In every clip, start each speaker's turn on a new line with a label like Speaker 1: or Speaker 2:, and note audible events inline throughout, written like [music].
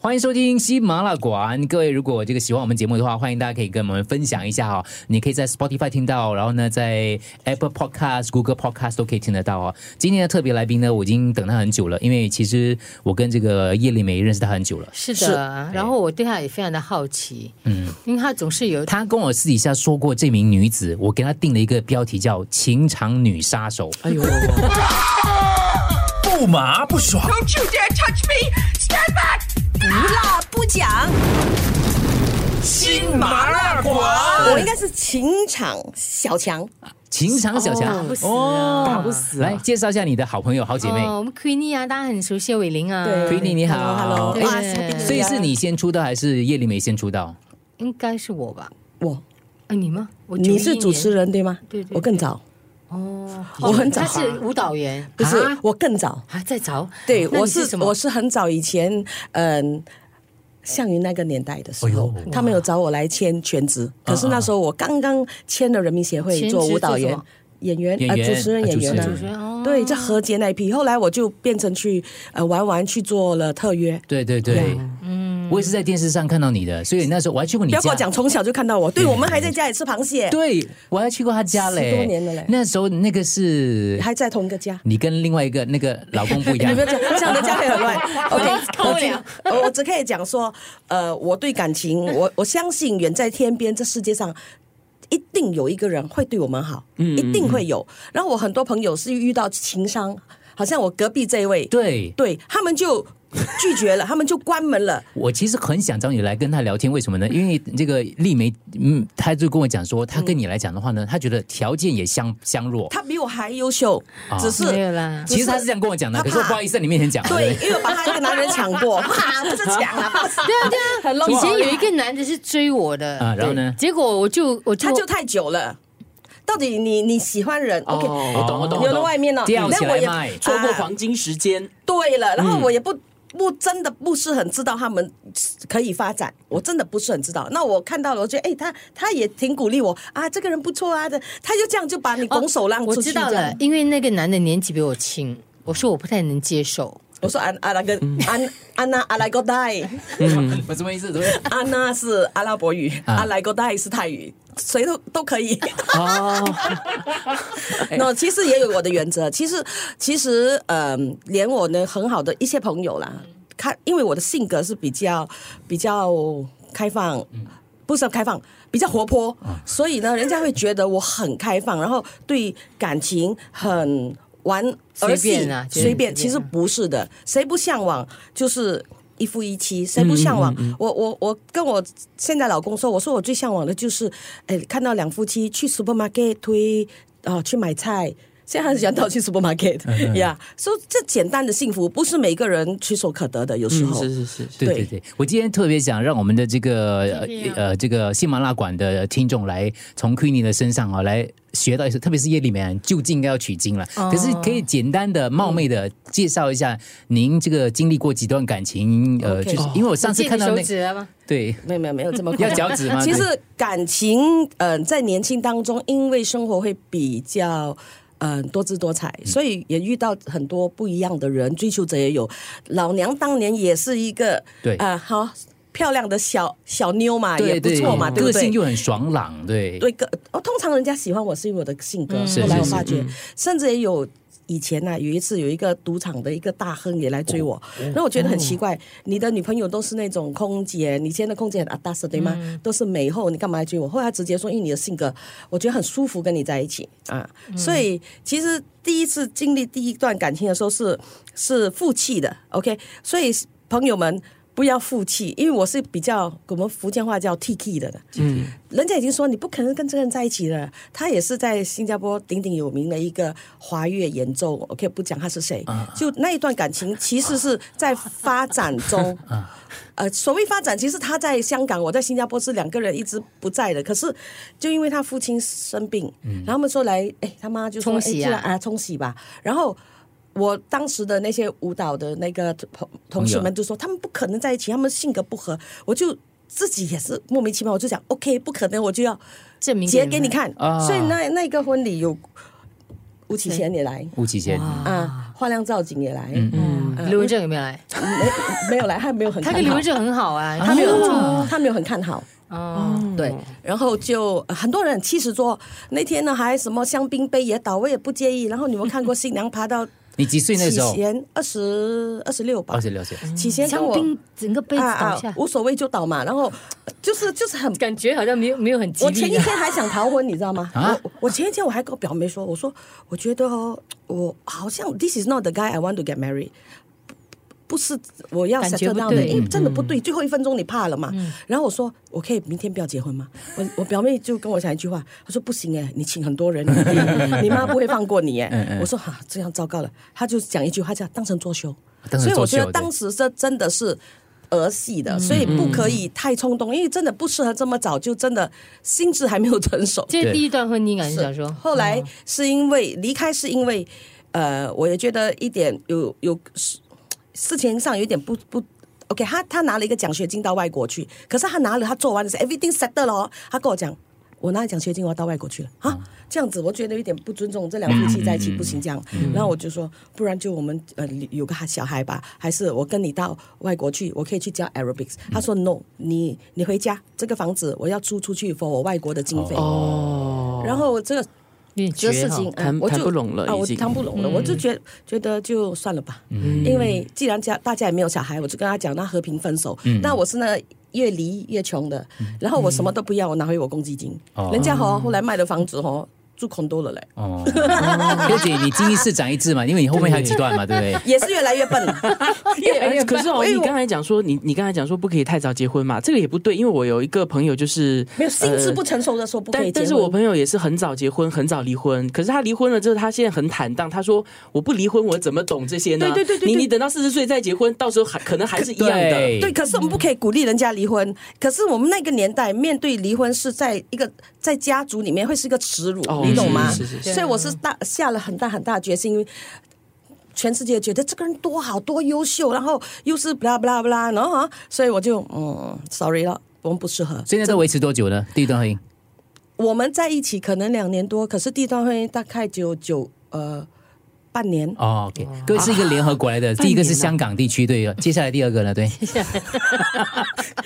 Speaker 1: 欢迎收听西麻辣馆，各位如果这个喜欢我们节目的话，欢迎大家可以跟我们分享一下哈、哦。你可以在 Spotify 听到，然后呢，在 Apple Podcast、Google Podcast 都可以听得到哦。今天的特别来宾呢，我已经等他很久了，因为其实我跟这个叶丽梅认识他很久了。
Speaker 2: 是的，
Speaker 1: 哎
Speaker 2: 然后我对她也非常的好奇，嗯，因为她总是有
Speaker 1: 他跟我私底下说过，这名女子，我给她定了一个标题叫“情场女杀手”。
Speaker 2: 哎 [laughs] 呦，
Speaker 3: 不麻不爽，
Speaker 4: Don't you dare touch me! Stand back!
Speaker 5: 不辣不讲，
Speaker 3: 新麻辣馆。
Speaker 1: 哦
Speaker 5: 我应该是情场小强。
Speaker 1: 情场小强
Speaker 2: 不死啊打不
Speaker 1: 哦死、来介绍一下你的好朋友、好姐妹
Speaker 2: 哦，我们 Queenie 啊，大家很熟悉的伟玲啊，
Speaker 5: 对
Speaker 1: Queenie，你好
Speaker 5: Hello，Hello，
Speaker 2: 对
Speaker 5: 哇，Happy New Year
Speaker 1: 所以是你先出道还是叶丽梅先出道？
Speaker 2: 应该是我吧？
Speaker 5: 我，
Speaker 2: 啊，你吗？我91
Speaker 5: 你是主持
Speaker 2: 年
Speaker 5: 人对吗？
Speaker 2: 对对对
Speaker 5: 我更早，
Speaker 2: 哦，
Speaker 5: 我很早
Speaker 2: 他是舞蹈员
Speaker 5: 不是
Speaker 2: 啊
Speaker 5: 我更早。
Speaker 2: 啊，在找
Speaker 5: 对，
Speaker 2: 那你
Speaker 5: 我
Speaker 2: 是
Speaker 5: 是
Speaker 2: 什么
Speaker 5: 我是很早以前，嗯。项羽那个年代的时候
Speaker 1: 哎，
Speaker 5: 他们有找我来签全职，可是那时候我刚刚签了人民协
Speaker 2: 全
Speaker 5: 会
Speaker 2: 职
Speaker 5: 做舞蹈
Speaker 2: 做什
Speaker 5: 员
Speaker 2: 么、
Speaker 5: 演员、
Speaker 1: 演
Speaker 5: 呃
Speaker 1: 员
Speaker 5: 主持人、
Speaker 1: 啊
Speaker 5: 演员
Speaker 1: 主
Speaker 5: 呢
Speaker 1: 持
Speaker 2: 人哦，
Speaker 5: 对，在和解那一批。后来我就变成去呃玩玩去做了特约，
Speaker 1: 对对对，嗯，我也是在电视上看到你的，所以那时候我还去过你家。嗯
Speaker 5: 不要跟我讲，从小就看到我。对，我们还在家里吃螃蟹，
Speaker 1: 对，我还去过他家嘞，
Speaker 5: 十多年了嘞
Speaker 1: 那时候那个是
Speaker 5: 还在同一个家。
Speaker 1: 你跟另外一个那个老公不一
Speaker 5: [laughs] 你
Speaker 1: 样
Speaker 5: 不，要讲，
Speaker 1: [laughs]
Speaker 5: 这样的家庭
Speaker 2: [laughs]
Speaker 5: 很乱。OK，
Speaker 2: 够了
Speaker 5: 我只我只可以讲说，呃，我对感情，我我相信远在天边，这世界上。一定有一个人会对我们好，
Speaker 1: 嗯
Speaker 5: 一定会有。然后我很多朋友是遇到情商，好像我隔壁这位，
Speaker 1: 对。
Speaker 5: 对他们就拒绝了，他们就关门了。
Speaker 1: 我其实很想找你来跟他聊天，为什么呢？因为这个丽梅，嗯，她就跟我讲说，她跟你来讲的话
Speaker 5: 嗯
Speaker 1: 呢，她觉得条件也相相若。
Speaker 5: 他比我还优秀，
Speaker 1: 啊
Speaker 5: 只是
Speaker 2: 没有
Speaker 5: [laughs]
Speaker 2: 啦，
Speaker 1: 其实她是这样跟我讲的，
Speaker 5: 她
Speaker 1: 可
Speaker 5: 怕
Speaker 1: 是我不好意思在里面前讲。
Speaker 5: 对，
Speaker 1: 不
Speaker 5: 因为我把他一个男人抢过，哇，不是抢了，不是
Speaker 2: 对啊对啊，以前有一个男的是追我的
Speaker 1: 啊然后呢
Speaker 2: 对结果我就我
Speaker 5: 他就太久了。到底你你喜欢人、o k
Speaker 6: 哦
Speaker 1: 我懂，我懂，我
Speaker 5: 有
Speaker 1: 懂
Speaker 5: 了外面哦
Speaker 1: 吊起
Speaker 5: 那我
Speaker 1: 来
Speaker 5: 也
Speaker 1: 卖。
Speaker 3: 错过黄金时间，
Speaker 5: 对了，
Speaker 2: 嗯
Speaker 5: 然后我也不、不真的不是很知道他们可以发展，我真的不是很知道。那我看到了，我觉得哎，他他也挺鼓励我啊，这个人不错啊的，他就这样就把你拱手让
Speaker 2: 哦我
Speaker 5: 出
Speaker 2: 知
Speaker 5: 去、
Speaker 2: 道
Speaker 5: 这
Speaker 2: 了
Speaker 5: 样，
Speaker 2: 因为那个男的年纪比我轻，我说我不太能接受。
Speaker 5: 我说安啊阿拉跟安安啊娜阿莱戈哎
Speaker 2: [laughs]
Speaker 5: 代，
Speaker 1: 嗯，
Speaker 5: [laughs]
Speaker 1: 我什么意思？怎么意思
Speaker 5: 安娜是阿拉伯语，阿莱戈代是泰语。谁都都可以，哦 [laughs] 那其实也有我的原则。其实，其实，嗯、连我呢很好的一些朋友啦，看，因为我的性格是比较比较开放，不是开放，比较活泼，所以呢，人家会觉得我很开放，然后对感情很玩
Speaker 2: 随
Speaker 5: 儿戏，
Speaker 2: 便啊觉得随
Speaker 5: 随便
Speaker 2: 便
Speaker 5: 其实不是的，谁不向往就是。一夫一妻，谁不向往？我我我跟我现在老公说，我说我最向往的就是，哎，看到两夫妻去 supermarket 推啊、去买菜，现在很喜欢到去 supermarket 呀、说这简单的幸福不是每个人垂手可得的，有时候、
Speaker 3: 是是
Speaker 1: 对对
Speaker 5: 对
Speaker 1: 对，我今天特别想让我们的这个
Speaker 2: 这边啊
Speaker 1: 呃呃这个新麻辣馆的听众来从 Queenie 的身上啊、来学到一些，特别是夜里面究竟应该要取经了。
Speaker 5: 哦
Speaker 1: 可是可以简单的冒昧的介绍一下您这个经历过几段感情？呃，
Speaker 5: OK 哦
Speaker 1: 就是因为我上次
Speaker 2: 借
Speaker 1: 看
Speaker 2: 你
Speaker 1: 到
Speaker 2: 手
Speaker 1: 那
Speaker 2: 指啊了吗？
Speaker 1: 对
Speaker 5: 没有没有没有这么夸
Speaker 1: 要
Speaker 5: 张
Speaker 1: 脚趾吗？
Speaker 5: 其实感情，嗯、在年轻当中，因为生活会比较。嗯，多姿多彩，所以也遇到很多不一样的人，追求者也有。老娘当年也是一个，
Speaker 1: 对
Speaker 5: 啊、好漂亮的小小妞嘛，
Speaker 1: 对嗯
Speaker 5: 也不错嘛，对
Speaker 1: 个
Speaker 5: 不对？
Speaker 1: 性又很爽朗，对嗯
Speaker 5: 对个，哦，通常人家喜欢我是因为我的性格，
Speaker 1: 是
Speaker 5: 后来我
Speaker 1: 是
Speaker 5: 发
Speaker 1: 是
Speaker 5: 觉，甚至也有以前呐、有一次有一个赌场的一个大亨也来追
Speaker 1: 哦
Speaker 5: 我，然后我觉得很奇怪，你的女朋友都是那种空姐，你以前的空姐很阿达斯对吗？
Speaker 1: 嗯
Speaker 5: 都是美后，你干嘛来追我？后来他直接说，因为你的性格，我觉得很舒服跟你在一起啊，
Speaker 1: 嗯
Speaker 5: 所以其实第一次经历第一段感情的时候是是负气的，OK，所以朋友们。不要负气，因为我是比较我们福建话叫 “T K” 的，嗯，人家已经说你不可能跟这个人在一起了。他也是在新加坡鼎鼎有名的一个华乐演奏，OK，不讲他是谁，就那一段感情其实是在发展中。呃，所谓发展，其实他在香港，我在新加坡是两个人一直不在的。可是就因为他父亲生病，然后他们说来，哎，他妈就说
Speaker 2: 冲洗啊
Speaker 5: 哎就来啊，冲洗吧。然后我当时的那些舞蹈的那个同同事们就说，他们不可能在一起，他们性格不合。我就自己也是莫名其妙，我就想，OK，不可能，我就要
Speaker 2: 证明
Speaker 5: 结给
Speaker 2: 们
Speaker 5: 你看。
Speaker 1: 啊
Speaker 5: 所以那那个婚礼有吴启贤也来
Speaker 1: 吴启贤
Speaker 5: 啊，花亮造景也来，
Speaker 2: 嗯，刘文正有没有来？
Speaker 5: 没没有来，他没有很
Speaker 2: 他
Speaker 5: 看
Speaker 2: 跟刘
Speaker 5: 好
Speaker 2: 文，正很好啊，
Speaker 5: 他没有
Speaker 2: 哦
Speaker 5: 他没有很看好。
Speaker 2: 哦，
Speaker 5: 对，然后就呃很多人七十桌那天呢，还什么香槟杯也倒，我也不介意。然后你们看过新娘爬到
Speaker 1: 你几岁那
Speaker 5: 启
Speaker 1: 时候？哦
Speaker 5: 贤二十二十六吧
Speaker 1: 二？十六岁。
Speaker 5: 启贤跟
Speaker 7: 香
Speaker 5: 我
Speaker 7: 槟整个杯子
Speaker 5: 嗯啊
Speaker 7: 倒
Speaker 5: 啊
Speaker 7: 下，，
Speaker 5: 无所谓就倒嘛。然后 [coughs] 呃就是就是很
Speaker 2: 感觉好像没有没有很吉
Speaker 5: 我前
Speaker 2: 利
Speaker 5: 一
Speaker 2: 啊。
Speaker 5: 天还想逃婚，你知道吗？
Speaker 1: 啊
Speaker 5: 我我前一天我还跟我表妹说，我说我觉得哦，我好像 this is not the guy I want to get married。不是我要
Speaker 2: 感
Speaker 5: set
Speaker 2: 觉
Speaker 5: t
Speaker 2: 不
Speaker 5: l 的，
Speaker 2: 对嗯
Speaker 5: 因为真的不对。最后一分钟你怕了嘛？然后我说我可以明天不要结婚吗？我我表妹就跟我讲一句话，她说不行哎，你请很
Speaker 2: [laughs]
Speaker 5: 多人，你你妈不会放过你
Speaker 2: 嗯
Speaker 5: 哎。我说哈、这样糟糕了。她就讲一句话叫当成作秀，
Speaker 1: 当成
Speaker 5: 所以我觉
Speaker 1: 作秀对
Speaker 5: 得当时这真的是儿戏的，所以不可以太冲动，因为真的不适合这么早就真的心智还没有成熟。
Speaker 2: 这是
Speaker 1: 对
Speaker 2: 第一段婚姻啊，你
Speaker 5: 是
Speaker 2: 想说？
Speaker 5: 后来是因为离开，是因为呃，我也觉得一点有有事事情上有点不不。OK，他他拿了一个奖学金到外国去，可是他拿了，他做完的是 everything settled 了哦，他跟我讲，我拿了奖学金，我要到外国去了
Speaker 2: 嗯
Speaker 5: 啊，这样子我觉得有点不尊重这两夫妻在一起，不行这样。
Speaker 2: 嗯
Speaker 5: 然后我就说，不然就我们呃有个小孩吧，还是我跟你到外国去，我可以去教 Arabics。他
Speaker 2: 嗯
Speaker 5: 说 No，你你回家，这个房子我要租出去 for 我外国的经费。
Speaker 6: 哦，
Speaker 5: 然后这个
Speaker 2: 你
Speaker 5: 这事
Speaker 2: [laughs]
Speaker 5: 情
Speaker 6: 谈
Speaker 5: 嗯我就
Speaker 6: 谈不拢了
Speaker 5: 啊，我
Speaker 6: 已经嗯
Speaker 5: 谈不拢了，我就觉觉得就算了吧，因为既然家大家也没有小孩，我就跟他讲，那和平分手。
Speaker 6: 嗯
Speaker 5: 那我是那越离越穷的，然后我什么都不要，我拿回我公积金
Speaker 1: 哦。
Speaker 5: 人家哦后来卖的房子哦住空多了嘞，
Speaker 1: 哦，
Speaker 5: [laughs]
Speaker 1: [laughs] 刘姐，你经一事长一智嘛，因为你后面还有几段嘛，对不对？
Speaker 5: 也是越来越笨
Speaker 6: [laughs]
Speaker 5: 了。
Speaker 6: 哎，可是哦，
Speaker 5: 因为
Speaker 6: 你
Speaker 5: 我
Speaker 6: 刚才讲说你你刚才讲说不可以太早结婚嘛，这个也不对，因为我有一个朋友就是
Speaker 5: 没有心智
Speaker 6: 呃
Speaker 5: 不成熟的时候不可以
Speaker 6: 但
Speaker 5: 结
Speaker 6: 呃但
Speaker 5: 婚。
Speaker 6: 是我朋友也是很早结婚，很早离婚。可是他离婚了之后，他现在很坦荡，他说：“我不离婚，我怎么懂这些呢？”
Speaker 5: 对对对对对
Speaker 6: 你你等到四十岁再结婚，到时候还可能还是一样的。
Speaker 1: 对
Speaker 5: 对，可是我们不可以鼓励人家离婚。可是我们那个年代，面对离婚是在一个在家族里面会是一个耻辱，
Speaker 6: 哦
Speaker 5: 你懂吗？
Speaker 6: 是是是
Speaker 1: 啊
Speaker 2: 是
Speaker 5: 所以我是大下了很大很大的决心，因为全世界觉得这个人多好多优秀，然后又是 blah blah blah，然后啊，所以我就嗯，sorry 了，我们不适合。
Speaker 1: 所以那都维持多久呢？第一段婚姻
Speaker 5: 我们在一起可能两年多，可是第一段婚姻大概只有九呃半年。
Speaker 1: 哦，OK，各位是一个联合国来的，第一个是香港地区，对，接下来第二个呢，对，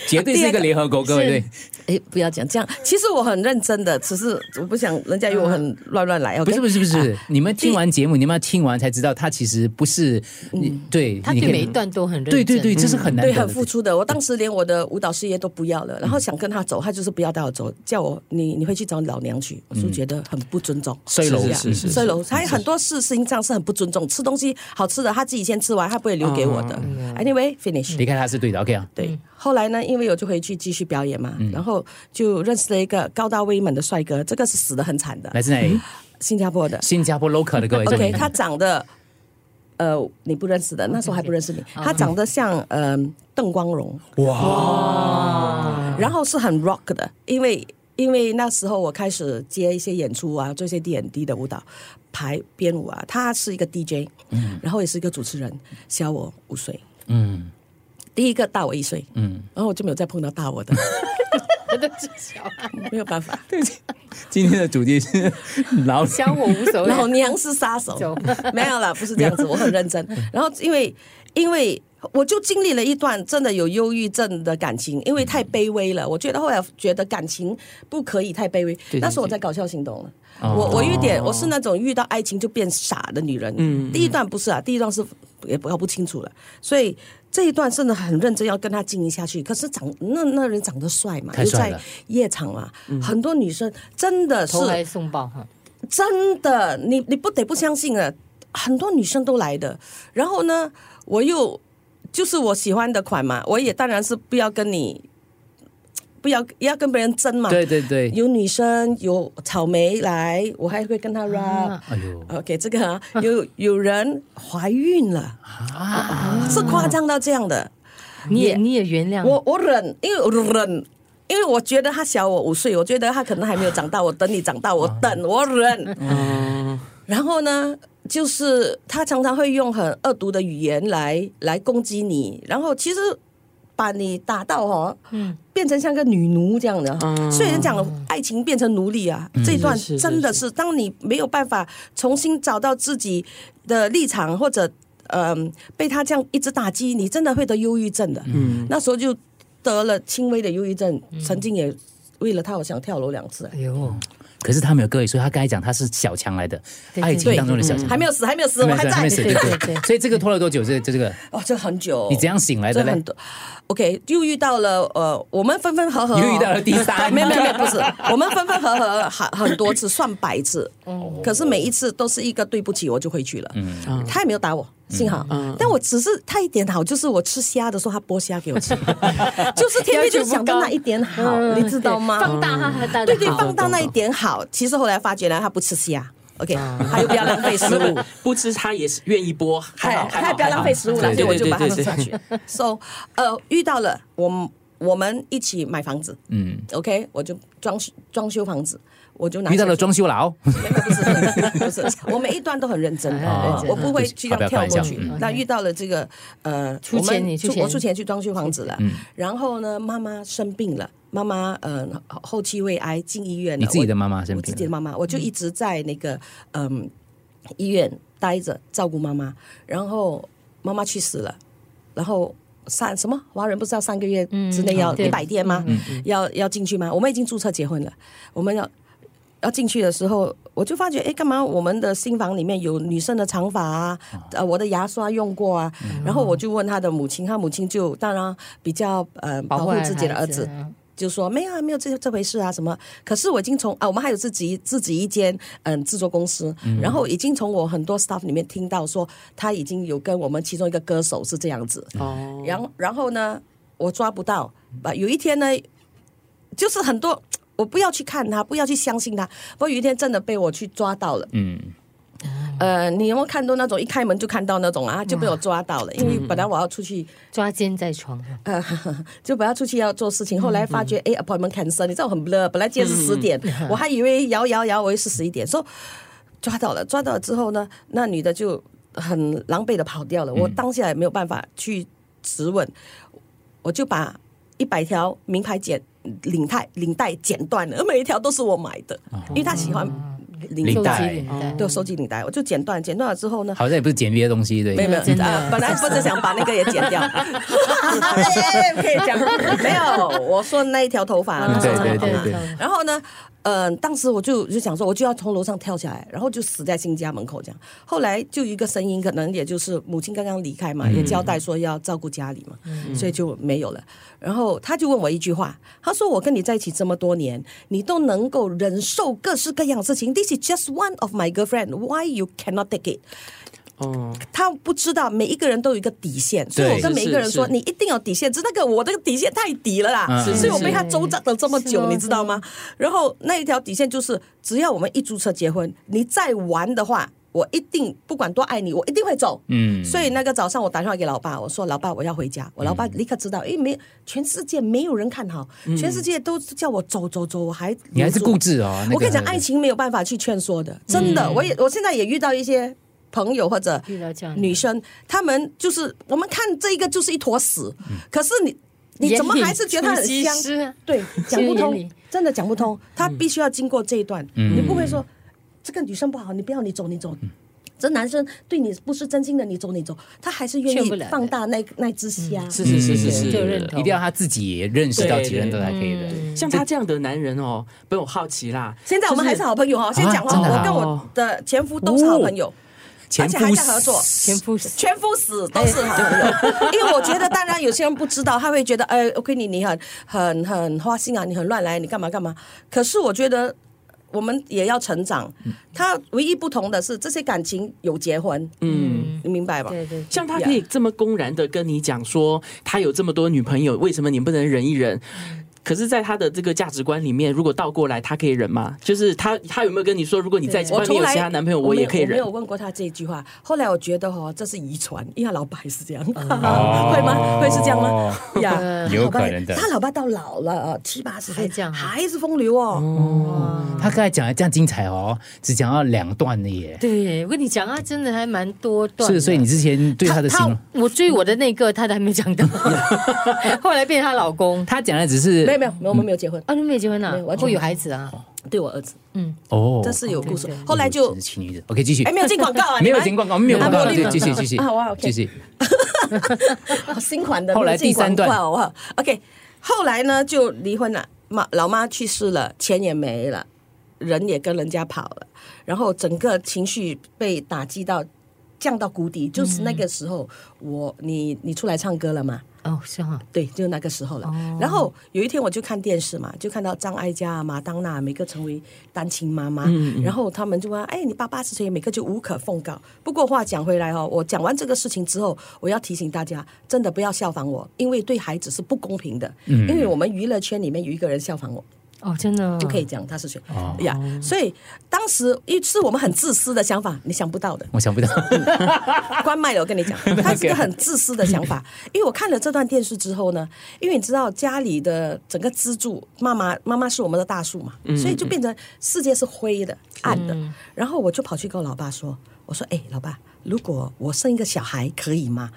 Speaker 1: 绝对是一个联合国，各位对，
Speaker 5: 哎，不要讲这样，其实我很认真的，只是我不想人家以为我很乱乱来。
Speaker 1: 不
Speaker 5: OK？
Speaker 1: 是不是不是，你们听完节目，你们要听完才知道，他其实不是，你对，
Speaker 2: 他
Speaker 1: 你
Speaker 2: 对
Speaker 1: 可以
Speaker 2: 每一段都很认真。
Speaker 1: 对对对，
Speaker 2: [laughs]
Speaker 1: 这是很难
Speaker 5: 嗯对，
Speaker 1: 得的
Speaker 5: 很付出的。我当时连我的舞蹈事业都不要了，然后想跟他走，他就是不要带我走，叫我你你会去找你老娘去，我就觉得很不尊重。
Speaker 1: 衰老
Speaker 6: 是是是
Speaker 5: 所以楼，他很多事事情上是很不尊重，吃东西好吃的他自己先吃完，他不会留给我
Speaker 6: 哦
Speaker 5: 的。Anyway finish。
Speaker 6: 嗯
Speaker 1: 离开他是对的，OK 啊，
Speaker 5: 对，后来呢，因为我就回去继续表演嘛，
Speaker 6: 嗯
Speaker 5: 然后就认识了一个高大威猛的帅哥，这个是死的很惨的，
Speaker 1: 来自哪里？
Speaker 5: 新加坡的。
Speaker 1: 新加坡 local 的各位
Speaker 5: OK，
Speaker 1: 这里
Speaker 5: 他长得呃你不认识的，那时候还不认识你，他长得像呃邓光荣，哇，然后是很 rock 的，因为因为那时候我开始接一些演出啊，做一些 D N D 的舞蹈。排编舞啊，他是一个 DJ，、然后也是一个主持人，小我五岁，
Speaker 1: 嗯
Speaker 5: 第一个大我一岁，
Speaker 1: 嗯，
Speaker 5: 然后我就没有再碰到大我的，没有办法，
Speaker 1: 今天的主题是老
Speaker 2: [laughs] 相我无
Speaker 5: [laughs]
Speaker 2: 所谓。
Speaker 5: 老娘是
Speaker 2: [laughs]
Speaker 5: 杀手
Speaker 2: 走，
Speaker 5: [laughs] 没有啦，不是这样子，我很认真。然后因为因为我就经历了一段真的有忧郁症的感情，因为太卑微了。我觉得后来觉得感情不可以太卑微，
Speaker 6: 对
Speaker 5: 那时候我在搞笑行动了。我我有点我是那种遇到爱情就变傻的女人。第一段不是啊，第一段是也不要不清楚了，所以。这一段真的很认真，要跟他经营下去。可是长那那人长得帅嘛，
Speaker 1: 太
Speaker 5: 又
Speaker 1: 帅
Speaker 5: 在
Speaker 1: 了
Speaker 5: 夜场嘛，很多女生真的是
Speaker 2: 投怀送抱哈，
Speaker 5: 真的，你你不得不相信啊，很多女生都来的。然后呢，我又就是我喜欢的款嘛，我也当然是不要跟你，不要要跟别人争嘛。
Speaker 1: 对对对，
Speaker 5: 有女生，有草莓来，我还会跟她
Speaker 2: 啊
Speaker 5: rap、
Speaker 1: 哎呦
Speaker 5: OK，这个、啊、有有人怀孕了，
Speaker 1: 啊，
Speaker 5: 是夸张到这样的。
Speaker 2: 嗯你也你也原谅
Speaker 5: 我我忍，因为我忍，因为我觉得他小我五岁，我觉得他可能还没有长大，我等你长大，我
Speaker 6: 哦
Speaker 5: 等我忍。
Speaker 6: 嗯
Speaker 5: 然后呢，就是他常常会用很恶毒的语言来来攻击你，然后其实。把你打到哦，
Speaker 6: 嗯
Speaker 5: 变成像个女奴这样的。所以人讲爱情变成奴隶啊，这一段
Speaker 6: 嗯是是
Speaker 5: 真的是，当你没有办法重新找到自己的立场或者。嗯，被他这样一直打击，你真的会得忧郁症的。嗯，那时候就得了轻微的忧郁症，曾经也为了他，我想跳楼两次。
Speaker 1: 嗯
Speaker 2: 哎呦，
Speaker 1: 可是他没有各位，所以他刚才讲他是小强来的，
Speaker 2: 对
Speaker 1: 爱情
Speaker 2: 对
Speaker 1: 当中的小强，
Speaker 5: 还没有死，还没有死，我还在
Speaker 1: 还没。死，对
Speaker 2: 对
Speaker 1: 对
Speaker 2: 对
Speaker 1: 对。
Speaker 2: 对
Speaker 1: 所以这个拖了多久？这这这个
Speaker 5: 哦，这很久。
Speaker 1: 你怎样醒来的
Speaker 5: 这
Speaker 1: 嘞
Speaker 5: 很？多，OK，又遇到了呃，我们分分合合、哦，
Speaker 1: 又遇到了第三
Speaker 5: [laughs] 没有没有没有，不是，我们分分合合很很多次，算百次，可是每一次都是一个对不起，我就回去了。
Speaker 6: 嗯
Speaker 5: 他也没有打我，幸好，但我只是他一点好，就是我吃虾的时候，他剥虾给我
Speaker 6: [laughs]
Speaker 5: 吃，就是天天就想到那一点好，
Speaker 6: 嗯
Speaker 5: 嗯你知道吗？
Speaker 2: 放大他，大
Speaker 5: 对对，放到那一点好，其实后来发觉呢，他不吃虾。OK，他
Speaker 6: 啊
Speaker 5: 又不要浪费食物，
Speaker 6: 不吃他也是愿意播，还好，
Speaker 5: 哎，他也不要浪费食物了，
Speaker 6: 对
Speaker 5: 所以我
Speaker 6: 对
Speaker 5: 就
Speaker 6: 对
Speaker 5: 把它
Speaker 6: 对
Speaker 5: 弄下
Speaker 6: 对
Speaker 5: 去。So，呃，遇到了我们我们一起买房子，嗯，OK，我就装修装修房子，我就拿
Speaker 1: 遇到了
Speaker 5: 下去
Speaker 1: 装修佬，
Speaker 5: 没有不
Speaker 1: [laughs]
Speaker 5: 是不是，我每一段都很认真，
Speaker 2: 啊
Speaker 5: 我不会去这样跳过去
Speaker 1: 嗯。
Speaker 5: 那遇到了这个呃，
Speaker 2: 出钱
Speaker 5: 我们
Speaker 2: 你出钱
Speaker 5: 我出钱去装修房子了，
Speaker 1: 嗯
Speaker 5: 然后呢，妈妈生病了。妈妈，呃，后期胃癌进医院了。
Speaker 1: 你自己的
Speaker 5: 我
Speaker 1: 妈妈生病
Speaker 5: 我
Speaker 1: 了
Speaker 5: 自己的妈妈，我就一直在那个嗯、医院待着照顾妈妈，然后妈妈去世了，然后三什么华人不是要三个月之内要
Speaker 2: 嗯对
Speaker 5: 一百天吗？
Speaker 2: 嗯
Speaker 5: 要要进去吗？我们已经注册结婚了，我们要要进去的时候，我就发觉，哎，干嘛我们的新房里面有女生的长发啊，呃，我的牙刷用过啊，然后我就问他的母亲，他母亲就当然比较呃保护自己的儿子，就说没有啊，没有这这回事啊，什么？可是我已经从啊，我们还有自己自己一间嗯制作公司，然后已经从我很多 staff 里面听到说，他已经有跟我们其中一个歌手是这样子，
Speaker 6: 哦，
Speaker 5: 然后然后呢，我抓不到，啊，有一天呢，就是很多我不要去看他，不要去相信他，不过有一天真的被我去抓到了。
Speaker 1: 嗯，
Speaker 5: 呃，你有没有看到那种一开门就看到那种啊，就被我抓到了，因为本来我要出去。
Speaker 2: 抓奸在床，
Speaker 5: 呃，就本来出去要做事情，后来发觉哎、a p p o i n t m e n t cancel，你知道我很 blur，本来今天是十点，我还以为摇摇摇，我以为是十一点，说抓到了，抓到了之后呢，那女的就很狼狈的跑掉了，我当下也没有办法去质问，我就把一百条名牌剪领带领带剪断了，每一条都是我买的，因为她喜欢领
Speaker 1: 领带
Speaker 5: 对，收集领带，我就剪断，剪断了之后呢，
Speaker 1: 好像也不是简历的东西，对
Speaker 5: 没有没有，
Speaker 2: 真的
Speaker 5: 啊本来不是想把那个也剪掉，哎可以讲没有，我说那一条头发，那
Speaker 1: 嗯
Speaker 5: 时候
Speaker 1: 对对
Speaker 5: 长头
Speaker 1: 对
Speaker 5: 发
Speaker 1: 对，
Speaker 5: 然后呢，嗯、当时我就就想说，我就要从楼上跳下来，然后就死在新家门口这样。后来就一个声音，可能也就是母亲刚刚离开
Speaker 1: 嗯
Speaker 5: 嘛，也交代说要照顾家里嘛，所以就没有了。然后他就问我一句话，他说：“我跟你在一起这么多年，你都能够忍受各式各样的事情，This is just one of my girlfriend. Why you cannot take it？”
Speaker 6: 哦，
Speaker 5: 他不知道每一个人都有一个底线，所以我跟每一个人说，
Speaker 6: 是
Speaker 5: 你
Speaker 6: 是
Speaker 5: 一定有底线。只是那个我这个底线太低了啦，
Speaker 1: 嗯
Speaker 5: 所以我被他
Speaker 2: 是
Speaker 5: 周折了这么
Speaker 2: 是
Speaker 5: 久，
Speaker 2: 哦
Speaker 5: 你知道吗？然后那一条底线就是，只要我们一注册结婚，你再玩的话，我一定不管多爱你，我一定会走。
Speaker 1: 嗯，
Speaker 5: 所以那个早上我打电话给老爸，我说老爸我要回家，我老爸立刻知道，因为没全世界没有人看好，全世界都叫我走走走，我还
Speaker 1: 嗯你还是
Speaker 5: 留住
Speaker 1: 固执哦。那个嗯
Speaker 5: 我跟你讲，爱情没有办法去劝说的，真的。我也我现在也遇到一些朋友或者
Speaker 2: 遇到这样的
Speaker 1: 嗯
Speaker 5: 女生，她们就是我们看这一个就是一坨屎，
Speaker 1: 嗯
Speaker 5: 可是你你怎么还是觉得它很啊香？对，讲不
Speaker 2: 眼
Speaker 5: 通
Speaker 2: 里，
Speaker 5: 真的讲不
Speaker 1: 嗯
Speaker 5: 通。她必须要经过这一段，你不会说这个女生不好，你不要你走你走。
Speaker 1: 嗯
Speaker 5: 这男生对你不是真心的，你走你走，他还是愿
Speaker 2: 劝
Speaker 5: 意
Speaker 2: 不了的嗯
Speaker 5: 放大那那只虾。
Speaker 6: 是是
Speaker 1: 嗯
Speaker 6: 是是是，
Speaker 2: 就认同
Speaker 1: 一定要他自己也认识到几个人都还可以的。
Speaker 6: 像他这样的男人哦，被我好奇啦。
Speaker 5: 嗯现在我们还是好朋友哈，先讲
Speaker 1: 啊真
Speaker 5: 哈，
Speaker 1: 的啊哦
Speaker 5: 我跟我的前夫都是好朋友，而
Speaker 1: 前
Speaker 5: 且
Speaker 1: 夫
Speaker 5: 还在合作。
Speaker 2: 前夫死
Speaker 5: 全夫死都是好人，因为我觉得，当然有些人不知道，他会觉得，哎，OK，你你很很很花心啊，你很乱来，你干嘛干嘛。可是我觉得我们也要成长，
Speaker 6: 嗯
Speaker 5: 他唯一不同的是，这些感情有结婚，嗯，你明白吧？
Speaker 2: 对对，
Speaker 6: 像他可以这么公然的跟你讲说，他有这么多女朋友，为什么你不能忍一忍？可是，在他的这个价值观里面，如果倒过来，他可以忍吗？就是他，他有没有跟你说，如果你在
Speaker 5: 我
Speaker 6: 外面
Speaker 5: 从
Speaker 6: 有
Speaker 5: 来
Speaker 6: 其他男朋友，
Speaker 5: 我
Speaker 6: 我
Speaker 5: 没有
Speaker 6: 也可以
Speaker 5: 我没
Speaker 6: 忍
Speaker 5: 有？问过他这句话。后来我觉得哈、哦，这是遗传，因为他老爸也是这样，
Speaker 1: 哦
Speaker 5: 嗯 [laughs] 会吗？会是这样吗？？呀、
Speaker 1: 有
Speaker 5: 他老爸
Speaker 1: 可能的
Speaker 5: 他老爸到老了啊，七八十岁
Speaker 2: 还这样啊
Speaker 5: 还是风流哦。
Speaker 6: 嗯
Speaker 1: 他刚才讲的这样精彩哦，只讲到两段的耶。
Speaker 2: 对，我跟你讲啊，真的还蛮多段的。
Speaker 1: 是，所以你之前对他的形容，
Speaker 2: 我追我的那个，他都还没
Speaker 5: [laughs]
Speaker 2: 讲到，后来变成她老公。
Speaker 1: 他讲的只是
Speaker 5: 没有没有，我们没有结婚，
Speaker 2: 啊，你们没有结婚啊
Speaker 5: 没有完？全
Speaker 2: 会有孩子啊？
Speaker 5: 对我儿子，
Speaker 1: 哦，
Speaker 5: 这是有故事
Speaker 2: 对对。
Speaker 5: 后来就
Speaker 1: 只是情侣的。OK，继续
Speaker 5: 哎，。没有进广
Speaker 1: [laughs]
Speaker 5: 告啊，
Speaker 1: 没
Speaker 5: 你
Speaker 1: 有
Speaker 5: 们
Speaker 1: 进广告，没有
Speaker 5: 啊
Speaker 1: 广
Speaker 5: 没
Speaker 1: 告，
Speaker 5: 有
Speaker 1: 对，继
Speaker 5: 进广
Speaker 1: 续继续，
Speaker 5: [laughs] 啊好啊，OK
Speaker 1: 继续。
Speaker 5: 哦 [laughs] 新款的。
Speaker 1: 后来
Speaker 5: 没有进
Speaker 1: 第三段
Speaker 5: 广告啊，OK，后来呢就离婚了，妈老妈去世了，钱也没了，人也跟人家跑了，然后整个情绪被打击到。降到谷底，就是
Speaker 1: 嗯
Speaker 5: 那个时候，我你你出来唱歌了吗？
Speaker 2: 哦，是哈，
Speaker 5: 对，就那个时候了。然后有一天我就看电视嘛，就看到张艾嘉、马当娜每个成为单亲妈妈，然后他们就说：“哎，你爸八十岁，每个就无可奉告。”不过话讲回来哦，我讲完这个事情之后，我要提醒大家，真的不要效仿我，因为对孩子是不公平的。因为我们娱乐圈里面有一个人效仿我，
Speaker 2: 哦，真的
Speaker 5: 就可以。讲他是谁呀。所以当时一是我们很自私的想法，你想不到的。
Speaker 1: 我想不
Speaker 5: [laughs]
Speaker 1: 到，
Speaker 5: 关麦了，我跟你讲，他是个很自私的想法。因为我看了这段电视之后呢，因为你知道家里的整个支柱，妈妈妈妈是我们的大树嘛，所以就变成世界是灰的、暗的。然后我就跑去跟我老爸说：“我说，哎，老爸，如果我生一个小孩可以吗？”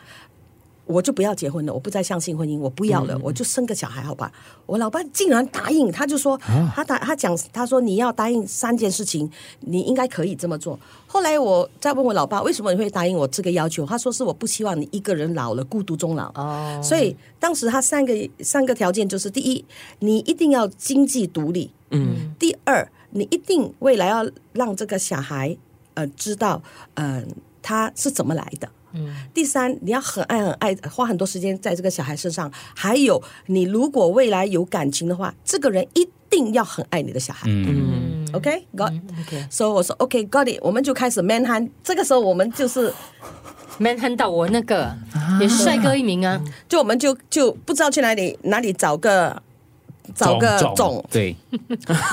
Speaker 5: 我就不要结婚了，我不再相信婚姻，我不要了，我就生个小孩，好吧？我老爸竟然答应，他就说，他答他讲，他说你要答应三件事情，你应该可以这么做。后来我再问我老爸，为什么你会答应我这个要求？他说是我不希望你一个人老了孤独终老。
Speaker 2: 哦
Speaker 5: 所以当时他三个三个条件就是：第一，你一定要经济独立；嗯，第二，你一定未来要让这个小孩呃知道，嗯、他是怎么来的。
Speaker 2: 嗯
Speaker 5: 第三，你要很爱很爱，花很多时间在这个小孩身上。还有，你如果未来有感情的话，这个人一定要很爱你的小孩。嗯，OK，got、
Speaker 2: OK，
Speaker 5: 所以我说 OK，got、it，我们就开始 man hunt。这个时候我们就是，
Speaker 2: man 看到我那个也是帅哥一名啊，
Speaker 5: 就我们就就不知道去哪里哪里找个找个
Speaker 1: 种
Speaker 5: 种
Speaker 1: 种，对，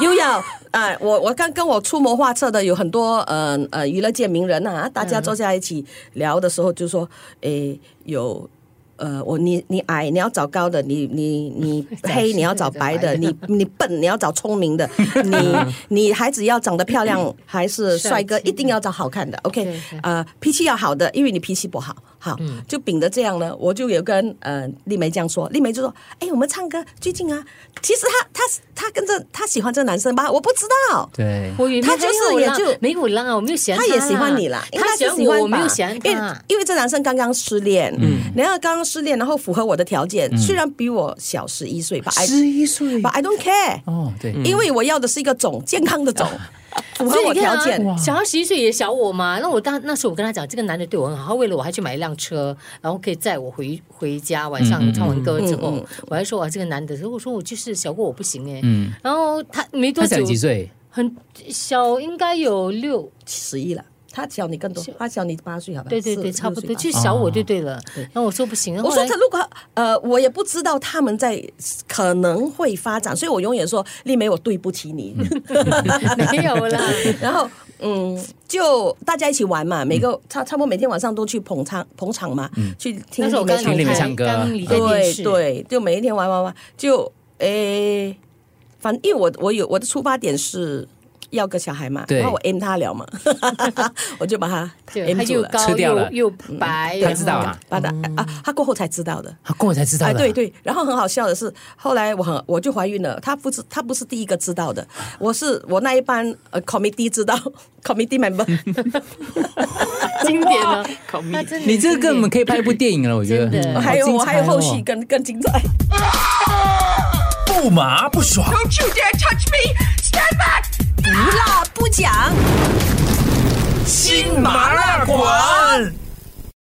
Speaker 5: 又要啊、我我刚跟我出谋划策的有很多呃呃娱乐界名人啊，大家坐在一起聊的时候就说，诶有。呃，我你你矮，你要找高的；你你你黑，你要找白的；你你笨，你要找聪明的；你你孩子要长得漂亮还是帅哥，
Speaker 2: 帅气
Speaker 5: 一定要找好看的。OK，
Speaker 2: 对对
Speaker 5: 呃，脾气要好的，因为你脾气不好，好，
Speaker 2: 嗯
Speaker 5: 就秉着这样呢，我就有跟呃丽梅这样说，丽梅就说，哎，我们唱歌最近啊，其实她她她跟着她喜欢这男生吧，我不知道，
Speaker 1: 对，
Speaker 2: 我以为
Speaker 5: 他就是也就
Speaker 2: 没我浪啊，我没有喜欢
Speaker 5: 他
Speaker 2: 啦
Speaker 5: 也喜欢你啦，应
Speaker 2: 他
Speaker 5: 该
Speaker 2: 喜
Speaker 5: 是
Speaker 2: 欢
Speaker 5: 喜欢
Speaker 2: 我，
Speaker 5: 吧
Speaker 2: 我没有喜欢
Speaker 5: 因为
Speaker 2: 他。
Speaker 5: 因为这男生刚刚失恋，嗯，然后刚刚失恋，然后符合我的条
Speaker 2: 嗯
Speaker 5: 件，虽然比我小十一岁吧，嗯
Speaker 1: 十一岁，
Speaker 5: 吧，I don't care，
Speaker 1: 哦，对，
Speaker 2: 嗯
Speaker 5: 因为我要的是一个种健
Speaker 2: [laughs]
Speaker 5: 康的种，符合
Speaker 2: 所以
Speaker 5: 我
Speaker 2: 你
Speaker 5: 条
Speaker 2: 看
Speaker 5: 件。
Speaker 2: 啊，小他十一岁也小我嘛。那我当那时候我跟他讲，这个男的对我很好，他为了我还去买一辆车，然后可以载我回回家。晚
Speaker 5: 嗯
Speaker 2: 上唱完歌之后，我还说啊，这个男的，我说我就是小过我不行哎、
Speaker 1: 嗯
Speaker 2: 然后他没多
Speaker 1: 他
Speaker 2: 久
Speaker 1: 讲，几岁？
Speaker 2: 很小，应该有六，
Speaker 5: 十一了，他小你更多，他小你八岁，好吧？
Speaker 2: 对对
Speaker 5: 啊四
Speaker 2: 对，差不多，
Speaker 5: 六岁吧
Speaker 2: 就小我就对了。然后我说不行，
Speaker 5: 我
Speaker 2: 后来
Speaker 5: 说他如果呃，我也不知道他们在可能会发展，所以我永远说丽梅，我对不起
Speaker 2: [laughs]
Speaker 5: 你。
Speaker 2: 没有啦。
Speaker 5: 然后嗯，就大家一起玩嘛，每个
Speaker 2: 嗯
Speaker 5: 差差不多每天晚上都去捧场捧场嘛，去 [laughs] 听
Speaker 2: 那时候我
Speaker 5: 丽梅
Speaker 2: 刚
Speaker 5: 唱
Speaker 1: 听
Speaker 5: 歌
Speaker 1: 你们
Speaker 2: 离
Speaker 1: 唱歌
Speaker 2: 开刚离开电
Speaker 5: 对
Speaker 2: 视，
Speaker 5: 对，就每一天玩玩玩，就诶，反正因为我我有我的出发点是。要个小孩嘛，
Speaker 1: 对
Speaker 5: 然后我 aim
Speaker 2: [laughs]
Speaker 5: 他了嘛， [laughs] 我就把他
Speaker 2: 对，他
Speaker 5: aim 住
Speaker 2: 又
Speaker 5: 了，
Speaker 2: 高
Speaker 1: 吃掉了
Speaker 2: 又又白，
Speaker 1: 他知道
Speaker 2: 然后
Speaker 1: 啊，
Speaker 5: 把他啊，他过后才知道的。
Speaker 1: 他过来才知道
Speaker 5: 哎，
Speaker 1: 的，啊
Speaker 5: 对，对，然后很好笑的是，后来我很我就怀孕了，她不是她不是第一个知道的，
Speaker 1: 啊
Speaker 5: 我是我那一班呃 committee 知道 [laughs] committee member，
Speaker 2: 经
Speaker 1: [laughs]
Speaker 2: 典了，
Speaker 6: Commit
Speaker 2: 那真的
Speaker 1: 你这
Speaker 2: 经
Speaker 1: 个
Speaker 2: 典
Speaker 1: 根本可以拍一部电影了，我觉得
Speaker 2: 真
Speaker 1: 嗯
Speaker 2: 的
Speaker 5: [laughs] 还有
Speaker 1: 好精
Speaker 5: 我
Speaker 1: 彩
Speaker 5: 还有后续
Speaker 1: 哦
Speaker 5: 更更精彩。
Speaker 3: 不麻不爽，
Speaker 4: Don't you dare touch me! Stand back!
Speaker 5: 不辣不讲。
Speaker 3: 新麻辣馆。